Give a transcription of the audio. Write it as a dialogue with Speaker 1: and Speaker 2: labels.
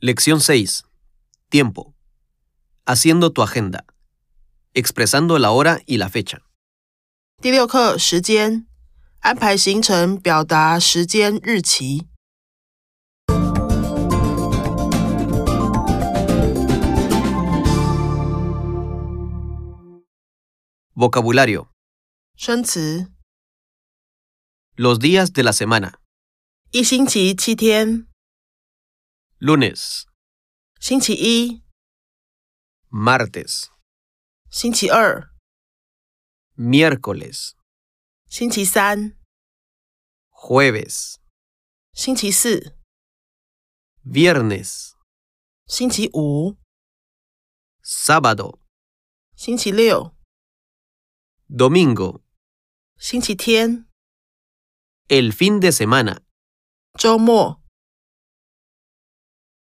Speaker 1: Lección 6. Tiempo. Haciendo tu agenda. Expresando la hora y la fecha.
Speaker 2: 第六课时间，安排行程，表达时间日期。
Speaker 1: Vocabulario.
Speaker 2: 生词：
Speaker 1: Los días de la semana.
Speaker 2: 一星期七天，
Speaker 1: Lunes,
Speaker 2: 星期一、
Speaker 1: martes,
Speaker 2: 星期二、
Speaker 1: miércoles,
Speaker 2: 星期三、
Speaker 1: jueves,
Speaker 2: 星期四、
Speaker 1: viernes,
Speaker 2: 星期五、
Speaker 1: sábado,
Speaker 2: 星期六、
Speaker 1: domingo,
Speaker 2: 星期天、
Speaker 1: el fin de semana.
Speaker 2: 周末。